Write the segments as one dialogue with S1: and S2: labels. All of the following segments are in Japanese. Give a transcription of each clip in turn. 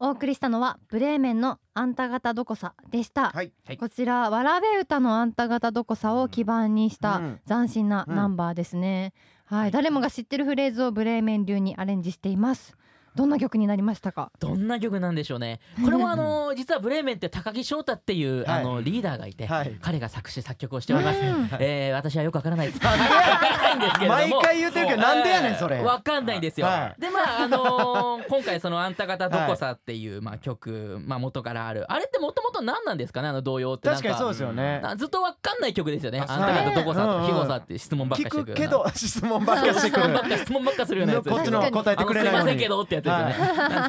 S1: お送りしたのはブレーメンのあんた方どこさでした、
S2: はい
S3: はい
S1: こちらわらべ歌のあんた方どこさを基盤にし
S2: う
S1: た
S2: ん
S1: 斬新な
S2: うん
S1: ナンバーですね、は
S3: はいい
S1: 誰もが知ってるフレーズをブレーメン流にアレンジしていますどんな曲になりましたか
S3: どんな曲なんでしょうね。これもあの実はブレーメンって高木翔太っていう、
S2: はい
S3: あのリーダーがいて、
S2: はい
S3: 彼が作詞作曲をしております。
S1: うん
S3: えー私はよくわからないです。わからないんですけれど
S2: 毎
S3: も。
S2: 回言ってるけどなんでやねんそれ
S3: えーわかんないんですよ。
S2: は
S3: でまああのー今回そのあんた方どこさっていうまあ曲まあ元からあるあれってもともと何なんですかねあの童謡ってなん
S2: 確かにそうですよね
S3: なずっとわかんない曲ですよね。
S2: あ
S3: あんた方どこさ
S2: そう
S3: と
S2: ね
S3: かひごさって質問ばっか
S2: 聞
S3: りしてく
S2: く
S3: る。
S2: けど質問ばっかりして
S3: 質
S2: く
S3: 問
S2: る
S3: ばっか質問ばっかするようなやつです
S2: こ
S3: よ
S2: っ
S3: ね。
S2: ちの方答えてくれない
S3: あ
S2: の
S3: のすいません
S2: に
S3: けどってやつですよね。な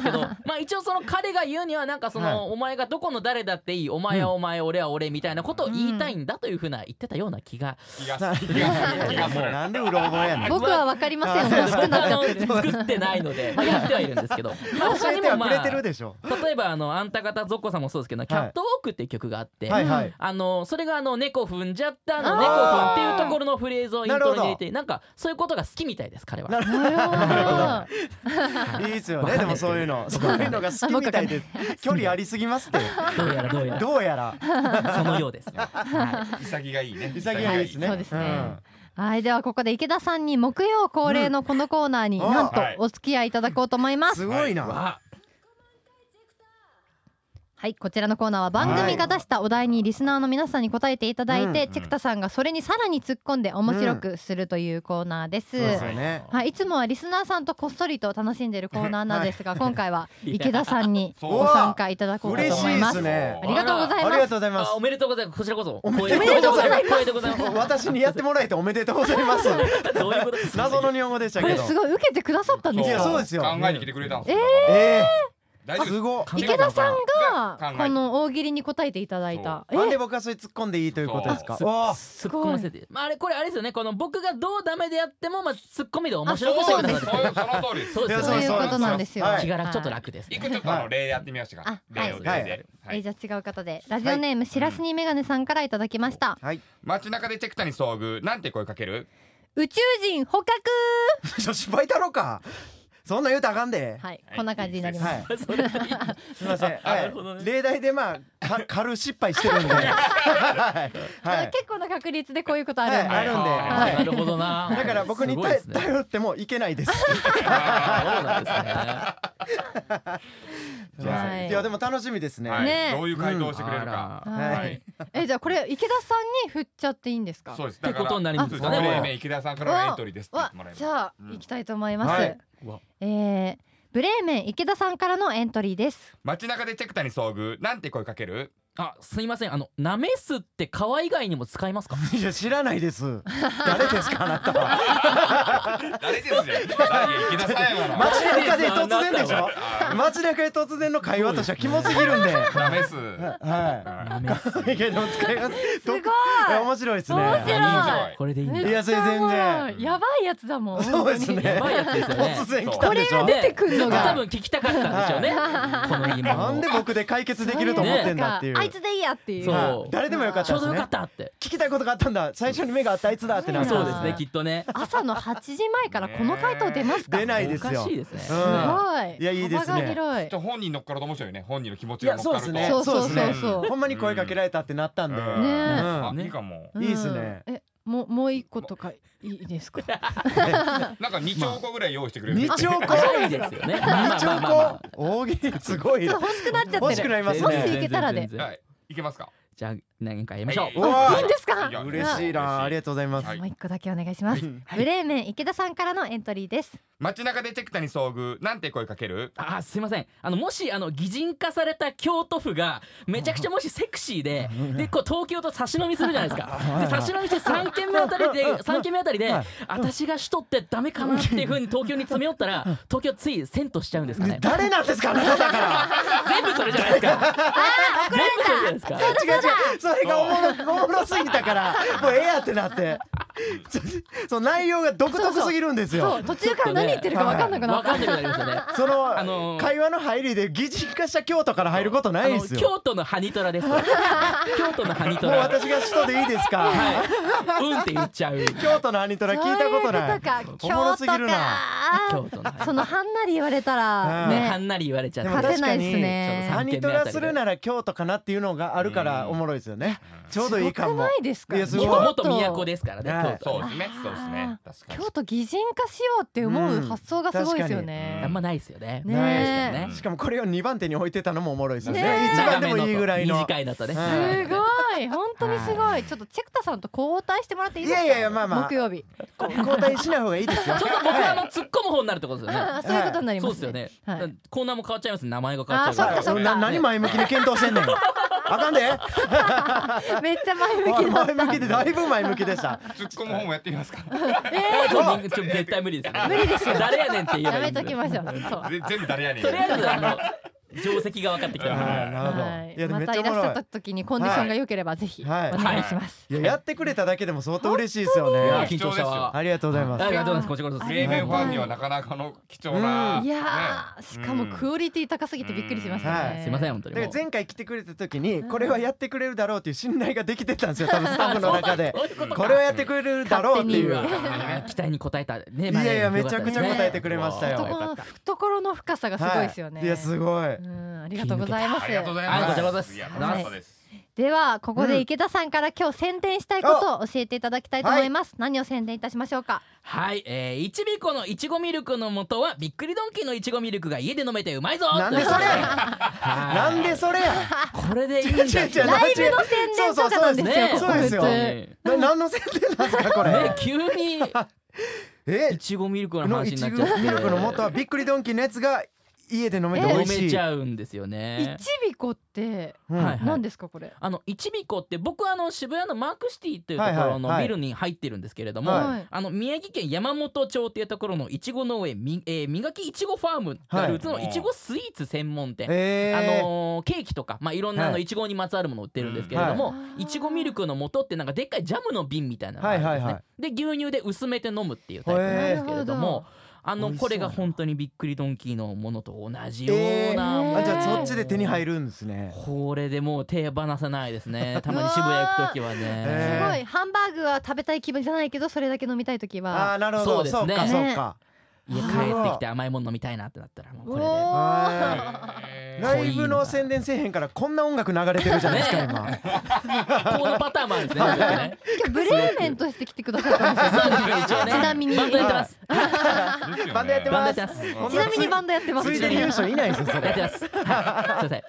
S3: んですけど、まあ一応その彼が言うにはなんかその、お前がどこの誰だっていい、お前はお前、俺は俺みたいなことを言いたいんだというふうな言ってたような気が。
S4: 気が
S2: な
S4: する気がする気がする
S2: なんでうろ覚えやねん
S1: 僕はわかりません欲しくなっちゃ ってる
S3: あの作ってないので、まあ、やってはいるんですけど。まあ
S2: 教えてはくれてる
S3: 例
S2: でしょ
S3: えばあのあんた方ぞっこさんもそうですけど、キャットウォークっていう曲があって。
S2: はいはい
S3: あのそれがあの猫踏んじゃった
S1: あ
S3: の
S1: ー
S3: 猫踏んっていうところのフレーズをイントロに入れてなんかそういうことが好きみたいです彼は。
S2: なるほど
S1: なる
S2: いいですよ
S3: わ
S2: ね
S3: かん
S2: で
S3: ない
S2: もそういうのそういうのが好きみたいです距離ありすぎますって
S3: どうやらどうや
S2: どうやら
S3: らそのようです。はい
S4: 潔がいいね
S2: 潔いですね
S1: そうですね
S2: ん
S1: ほど はいではここで池田さんに木曜恒例のこのコーナーに
S2: うん
S1: なんと
S4: はい
S1: お付き合いいただこうと思います、
S2: すごいな
S3: わ
S1: はいこちらのコーナーは番組が出したお題にリスナーの皆さんに答えていただいて、
S2: うん
S1: チェクタさんがそれにさらに突っ込んで面白くするというコーナーです、
S2: そうですよね
S1: はい、いつもはリスナーさんとこっそりと楽しんでいるコーナーなんですが、今回は池田さんに
S4: そう
S1: ご参加いただこうかと
S2: 嬉し
S1: 思い
S2: いで
S1: ますす。
S2: ね
S1: ありがとうござい
S2: あり
S1: ま
S2: が
S1: す。
S2: とうございま
S3: あお
S2: す
S3: めでとうございます。こちらこそ。お
S2: めでとうございます
S3: めでとうございます。
S2: 私にやってもらえておめでとうござい ます
S3: どういうことですか
S2: 謎の日本語でした
S1: こ
S2: け
S1: れ
S2: ど
S1: すごい受けてくださったんです
S2: いや
S1: よ。
S2: そうですよ
S4: 考えに来てくれたんですよ。
S2: えー
S4: 大丈夫です
S2: ごい
S3: え
S1: 池田さん
S4: 考え
S1: が
S4: て
S1: この大喜利に答えていただいた。え
S2: なんで僕はそれ突っ込んでいいということですか
S3: そう
S2: わあ
S3: 突っ込ませて。まああれこれあれですよね。この僕がどうダメでやってもまあ突っ込みで面白くしてくださ
S4: そういうその通りです。
S3: そうです
S1: そう
S3: よ
S1: い
S3: ね
S1: うことなんですよ。
S2: そう
S1: はい
S3: 気が楽ちょっと楽ですね。
S4: 一個ちょっとあの例やってみました
S1: あ
S4: か。例を例
S2: はい
S4: で。は
S1: えー
S4: い。
S1: じゃあ違う方でラジオネームしらすにメガネさんからいただきました。
S2: はい
S4: 街中でチェクタに遭遇、なんて声かける？
S1: 宇宙人捕獲。
S2: 女子バイだろうかそんな言うたらあかんで
S1: はい、こんな感じになります。
S2: はい
S3: それでいい
S2: すみません。
S3: あな
S2: は
S3: るほど
S2: い。
S3: ね
S2: 例題でまあか 軽失敗してるんで。 はいは
S1: あの
S2: い。
S1: 結構な確率でこういうことあるん
S2: はい
S1: で。
S2: あるんで。
S3: あーな
S2: はい。
S3: るほどな。
S2: だから僕に
S3: すごいで
S2: 頼
S3: すね。
S2: 頼ってもいけない です。
S3: あーそうなん
S2: すいませ
S1: は
S2: ん
S1: い
S2: いやでも楽しみです
S4: は
S2: ね。
S1: ね
S4: い。どういう回答を
S3: で
S4: し
S3: すね。
S4: てくれるか。
S2: らはい
S1: はい。えじゃあこれ池田さんに振っちゃっていいんですか。
S4: そうです。
S3: ってことになります
S2: かね
S4: ブレー
S3: も
S4: メン池田さんからのエン
S1: わ
S4: トリーですって言っ
S1: わ
S4: てもらえ
S1: じ
S4: ば。
S1: ゃあ、
S4: うん
S1: 行きたいと思います、
S2: はいう
S3: わ
S1: えーブレーメン池田さんからのエントリーです
S4: 街中でチェクタに遭遇、なんて声かける？
S3: あ、すいません。あのナメスって皮以外にも使いますか？
S2: いや知らないです。誰ですかあな たは。
S4: 誰ですじゃん。誰池田さんやな。
S2: 街中で突然でしょ。
S4: あ
S2: 街中で突然の会話としてはキモすぎるんで。
S4: ーダメっす。
S2: は
S3: ナメス。
S2: い。けど使います。す
S1: すごい
S2: 面白いですね。
S1: 面白い
S3: これでいいんだ。
S2: いやそれ全然
S1: やばいやつだもん
S2: そうですね。
S3: やばいやつですよね
S2: 突然来たんでしょ
S1: これ。が出てくるのが
S3: 多分聞きたかったんでしょうね。この疑問 を
S2: なんで僕で解決できると思ってんだっていう。
S1: あいつでいいやっていう
S3: そう
S2: はい誰でもよかっ
S3: ち
S2: た
S3: ょ
S2: で
S3: うど
S2: す
S3: よか
S2: ね。
S3: ったって。
S2: 聞きたいことがあったんだ。最初に目があったあいつだってなる。
S1: そ
S3: そうう
S1: で
S3: ですす
S1: ね
S3: ね、
S1: き
S3: きっとね。
S1: 朝の8時前からこの回答出ますか
S2: 出ないですよ。
S3: おかしいですね
S2: うん
S1: すごい
S2: いやいいですね
S1: 幅が広い
S4: ちょ本人乗っかると面白いよね。本人の気持
S2: い
S4: ちが
S2: や
S4: 乗っ
S2: そう
S4: か
S2: です
S4: ると。
S2: ね。
S1: そうそうそう
S2: ですね
S1: そう
S2: ほんまに声かけられたってなったんで。
S4: うん
S1: ねえ
S4: あ
S2: うん
S4: いいかも。
S1: うん
S2: いいですね
S1: えもうもう一個とかいいですか
S4: なんか二兆個ぐらい用意してくれる。
S2: 二兆個。
S3: いいですよね。
S2: 二兆個。大喜利すごい
S1: ちょ
S2: な
S1: っと。欲しくなっちゃってる
S2: 欲しくなりますね
S1: もしいけたらで
S4: はい。いけますか。
S3: じゃあ何かやりましょう。
S2: うわ
S1: いいんですか
S4: や
S2: 嬉しいな。ありがとうございます。
S4: はい
S1: もう一個だけお願いします、
S2: は
S1: ブレーメン池田さんからのエントリーです
S4: 街中でチェクタに遭遇なんて声かける
S3: あすいませんあのもしあの擬人化された京都府がめちゃくちゃもしセクシーででこう東京と差し飲みするじゃないですかで差し飲みして3軒目あたりで三軒目あたりで私が首都ってダメかなっていうふうに東京に詰め寄ったら東京つい遷都しちゃうんですか ね
S2: 誰なんですかあなただから。
S3: 全部それじゃないですか全部それじゃないですか
S2: 違う違う。それがおもろおもろすぎたからもうええやってなって。そ の内容が独特すぎるんです
S1: そ
S2: よ
S1: う途中から何言ってるか分かんなくな
S3: わ
S1: っ
S3: か
S1: た
S3: んなくなりましたね。
S2: その、
S3: あのー
S2: 会話の入りで擬人化した京都から入ることないです
S3: あの
S2: よ
S3: 京都のハニトラです。京都のハニト
S2: もう
S3: ラ。
S2: 私が首都でいいですか、
S3: はい。うんって言っちゃう。
S2: 京都のアニトラ聞いたことない
S1: そういうことか
S2: おもろすぎる
S3: 京
S1: 京都
S3: 都の
S1: かそのはんなり言われたら
S2: うん
S3: ね、
S1: ね
S3: はんなり言われちゃっ
S2: でも
S3: て。
S1: 勝てないです
S3: 確
S1: ね
S3: か
S2: アニトラするなら京都かなっていうのがあるからおもろいですよねちょうどいいか
S1: すごく
S2: も
S1: ないですか
S2: いやすごい
S3: 日本元都ですからね。
S2: はい
S3: 京
S4: そ
S3: 都
S4: う
S3: は
S4: で
S3: ね
S4: すね。そうですね。確かに。
S1: 京都擬人化しようって思う発想がすごいですよ
S4: うん
S1: ね
S3: あんまないですよね。
S1: ね
S3: ない
S1: え
S3: ですよね
S2: しかもこれを2番手に置いてたのもおもろいですよね
S1: ねえ
S2: 一番でもいいぐらいの
S3: 短いだとね。
S2: うん
S1: すごい本当にすごいちょっとチェクタさんと交代してもらっていいですか
S2: いやいやいやまあまあ
S1: 木曜日
S2: こ交代しない方がいいですよ
S3: ちょっと僕はあの突っ込む方になるってことですよね。
S1: あそういうことになり
S3: そう
S1: ま
S3: ですすよね。
S1: はい
S3: だコーナーも変わっちゃいますね。名前が変わっちゃう
S1: あそっか
S3: から。
S1: そっか
S2: な何前向きに検討してんねんあかんで
S1: めっちゃ前向きだ
S2: 前向きでだいぶ前向きでした
S4: 突っ込む方もやってみますか。
S3: えーちょっとちょっと絶対無理ですよね。
S1: 無理ですよ
S3: 誰やねんって言えば
S1: やめ
S3: いいん
S1: と
S3: です
S1: き
S3: よ
S1: ましょうそう
S4: ぜ全部誰やねん。
S3: とりあえずあの定石が分かってきたので。
S2: はいなるほど
S1: はい
S2: いやで
S1: ま
S2: もめったちゃ
S1: い
S2: おも
S1: らっ
S2: ろい
S1: しゃった時にコンディションが良ければぜひお
S2: はい
S1: 願いします
S2: いややってくれただけでも相当嬉しいですよ
S3: いや
S2: ね
S3: 緊張したわ。
S2: ありがとうございます
S3: ありがとうございます。こちらこそです。
S4: 名面ファンにはなかなかの貴重な。
S1: いや
S4: ね
S1: ーしかもクオリティ高すぎてびっくりしました
S2: うんは
S1: ね
S3: すいません本当にも
S2: で
S3: う。
S2: 前回来てくれた時にこれはやってくれるだろうっていう信頼ができてたんです よ多分スタッフの中で
S3: そういうことか
S2: これはやってくれるだろうっていう
S1: 勝手
S3: あー期待に応えたね。
S2: いやいや
S3: 前
S2: め
S3: よ
S2: ち
S3: か
S2: ゃく
S3: ったです
S2: ちゃ
S3: ね
S2: 答えてくれましたよ
S1: 懐の懐の深さがすごいですよね
S2: はいやすごい
S1: うんありがとうございます
S4: ありがとうございます。
S3: あこちらこそです
S4: いや楽しかったです。
S1: ではここで池田さんから今日宣伝したいことを教えていただきたいと思います、何を宣伝いたしましょうか
S3: はい、えー、いちびこのいちごミルクの元はびっくりドンキーのいちごミルクが家で飲めてうまいぞ
S2: なんでそれ
S3: な
S2: なんで それや
S3: これでいいんだ
S2: 違う違う違う
S1: ライブの宣伝とかなんですよ
S3: ね
S2: そうですよ
S1: ここ別
S3: ね
S2: な何の宣伝なんですかこ
S3: ね
S2: れ
S3: 急に
S2: え
S3: いちごミルクの
S2: のい
S3: 話にな
S2: ち
S3: っちゃっ
S2: ご
S3: て
S2: ミルクの元はびっくりドンキーのやつが家で飲めて美
S3: 飲
S2: 味し
S3: め
S2: い
S3: ちゃうんですよね
S1: いちびこって
S2: うん
S3: はい
S1: 何ですかこれ、
S3: あのいちびこって僕はあの渋谷のマークシティというとこ
S2: はい
S3: ろ
S2: はい
S3: の
S2: はい
S3: ビルに入ってるんですけれども、
S2: はい
S3: あの宮城県山本町っていうところのいちご農園み、えー、磨きいちごファームがあるうちの
S4: はい
S3: いちごスイーツ専門店、
S2: え
S3: あ
S2: ー
S3: のーケーキとか、まあ、いろんなあの
S2: はい
S3: いちごにまつわるものを売ってるんですけれども、
S1: うんはい
S3: い、ちごミルクの素ってなんかでっかいジャムの瓶みたいなのがあるんですね、
S2: はいはいは
S3: で牛乳で薄めて飲むっていうタイプなんですけれども。あ
S2: 美
S3: の
S2: 味しそ
S3: こ
S2: う
S3: れが本当にびっくりドンキーのものと同じような、
S1: えー
S3: もう
S2: あじゃあそっちで手に入るんですね
S3: これでもう手放さないですねたまに渋谷行く時は
S2: え
S3: ね
S2: ー
S1: すごいハンバーグは食べたい気分じゃないけどそれだけ飲みたい時
S2: あ
S1: は
S2: ーなるほ
S3: そう
S2: ど
S3: です
S2: そう
S3: ね
S2: かそうか
S3: 家帰ってきて甘いもの飲みたいなってなったらもうこれ
S1: お
S3: で
S1: ー
S4: え
S2: ライブの宣伝せえへんからこんな音楽流れてるじゃないですか今
S3: このパターンもあるんですね僕はね
S1: 今日ブレーメンとして来てくださったんですよ
S3: 一応ね
S1: ちなみに
S3: バンドやってます
S4: ーですよね
S2: バンドやって
S3: バンド
S2: ます
S3: やってます
S2: ほん
S1: ちなみにバ
S2: ン
S1: ンドやってます
S2: ついでに優勝いないですよそ
S3: やっ
S2: れ
S3: てますはいすいません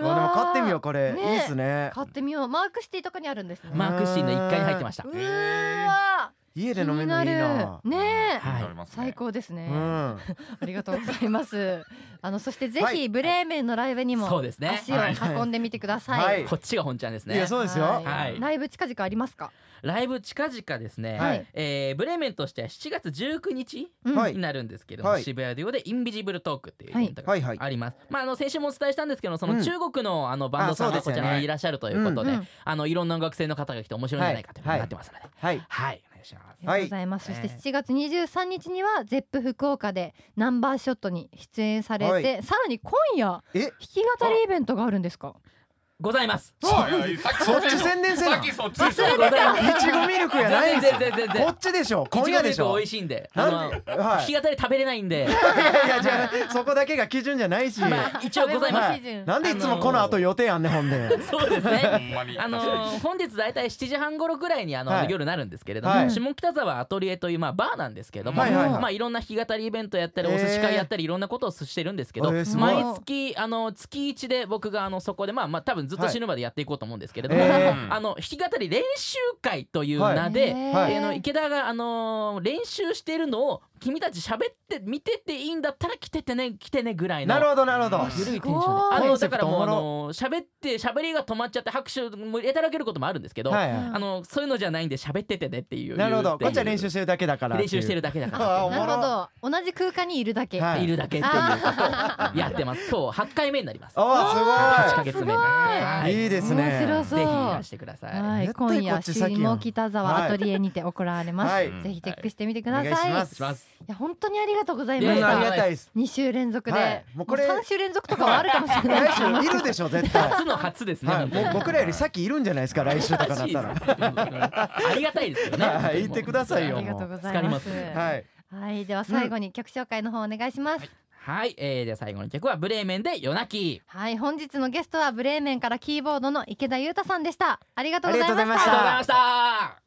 S2: うわでも買ってみようこれい
S1: ね
S2: いですね
S1: 買ってみようマークシティとかにあるんですね、
S3: マークシティの1階に入ってました
S1: うーわ
S2: 家
S1: ー
S2: で飲めるのいいな
S1: 気になるねえ
S3: はい
S4: なりますね
S1: 最高ですね、
S2: うん
S1: ありがとうございます。あのそしてぜ
S2: は
S1: ひ
S2: い
S1: ブレーメンのライブにも
S3: そうですね
S1: 足を運んでみてください。
S2: はい
S3: こっちが本ちゃんです
S2: いや
S3: ね
S2: そうですよ
S3: はい
S1: ライブ近々ありますか。
S3: ライブ近々ですね、
S1: はい
S3: えーブレーメンとしては7月19日
S1: うん
S2: はい
S3: になるんですけども、
S2: はい
S3: 渋谷でいうでインビジブルトークっていうイベントが
S2: はいはい
S3: あります、まあ、あの先週もお伝えしたんですけどその
S2: うん
S3: 中国のあのバンドさんが
S2: あそ
S3: こ
S2: うですよ
S3: ち
S2: ね
S3: らにいらっしゃるということで、
S1: うんうん
S3: あのいろんな学生の方が来て面白いんじゃないかということになってますのではい、
S2: はい
S3: お願いします
S1: ありがとうございます。
S3: は
S1: そ
S3: い
S1: して7月23日にはゼップ福岡でナンバーショットに出演されて、さらに今夜
S2: え
S1: 弾き語りイベントがあるんですか。
S3: ございます
S4: そういやいやさっき
S2: そっち宣伝せ
S4: さ
S2: な
S4: っ
S2: い
S4: きそっちです
S3: ございます
S2: ちごミルクやないんです
S3: 全然全然全然
S2: こっちでしょ今夜でし
S3: いちごミルク
S2: ょ
S3: 美
S2: い
S3: 味しいんであの
S2: なんで
S3: 弾
S2: はい
S3: き語り食べれないんで
S2: いやいや違うそこだけが基準じゃないし
S3: まあ一応ございます、
S2: は
S1: 基準
S2: いなんでいつもこの後予定やんねほんで
S3: そうです
S4: ほ
S3: ね
S4: んまに
S3: あのー本日大体7時半頃ぐらいにあの、
S2: はい
S3: 夜なるんですけれども、
S2: はい
S3: 下北沢アトリエという、まあ、バーなんですけれども、
S2: はいいはいはい
S3: まあ、いろんな日語りイベントやったり、
S2: えー
S3: お寿司会やったりいろんなことをしてるんですけど、
S2: えーすごい
S3: 毎月あの月1で僕があのそこで、まあまあ、多分ずっと死ぬまでやっていこうと思うんですけれども、
S2: はいえ
S4: ー
S3: あの弾き語り練習会という名で、
S2: はい
S3: えーあの池田が、あのー練習しているのを聞君たち喋って見てていいんだったら来ててね来てねぐらいの
S2: なるほどなるほど
S4: うん
S3: 緩いテンシ
S1: すご
S3: ョ
S1: い
S3: ンであ
S2: コ
S3: の
S2: ンセ
S3: だ
S2: プ
S3: か
S2: ト
S3: らもう
S2: おも
S3: あ
S2: ろ
S3: の喋って喋りが止まっちゃって拍手も入れただけることもあるんですけど、
S2: はい
S1: うん
S2: は
S3: あのそういうのじゃないんで喋っててねっていう
S2: いなるほどこっちは練習
S3: し
S2: してるだけだから
S3: 練習して
S2: る
S3: るだけだ
S2: あ
S3: か
S2: おも
S1: な
S2: ろ
S1: るほど同じ空間にいるだけ、
S2: は
S3: ら
S2: い
S3: いるだけっていうことをやってます今日8回目になります
S2: おー
S3: 8
S2: すご
S3: ヶ
S2: い
S3: 月目
S1: は
S3: はい
S2: いですね
S1: 面白そ
S3: ぜ
S1: う
S3: ひいらしてください、
S1: はい、
S2: 絶対こっ
S1: 今
S2: ち
S1: 夜
S2: 先やん
S1: 下北沢アトリエにて行われます、
S2: はい
S1: ぜひチェックしてみてく
S2: お
S1: だ
S2: 願
S1: さい,、
S2: いし
S1: い、
S2: ます
S3: します
S1: や本当にありがとうござい
S2: いや
S1: まし
S2: あり
S1: た
S2: がたいです
S1: 二週連続で、
S2: はいもうこれ
S1: 三週連続とかはあるかもしれないですけど
S2: 来週いるでしょ絶 対
S3: 初の初ですね、
S2: はい
S3: 本当に
S2: もう僕らより先いるんじゃないですか来週とかなったら
S3: ありがたいですよ ね。
S2: はい言ってくださいよ
S1: ありがとうございます
S3: 疲れます
S2: はい
S1: はい、では最後に曲紹介の方お願いします、
S3: はい、えー、では最後の曲はブレーメンで夜泣き。
S1: はい、本日のゲストはブレーメンからキーボードの池田裕太さんでしたありがとうございま
S2: ありがとうござい
S1: し
S2: ましたた
S3: ありがとうございました。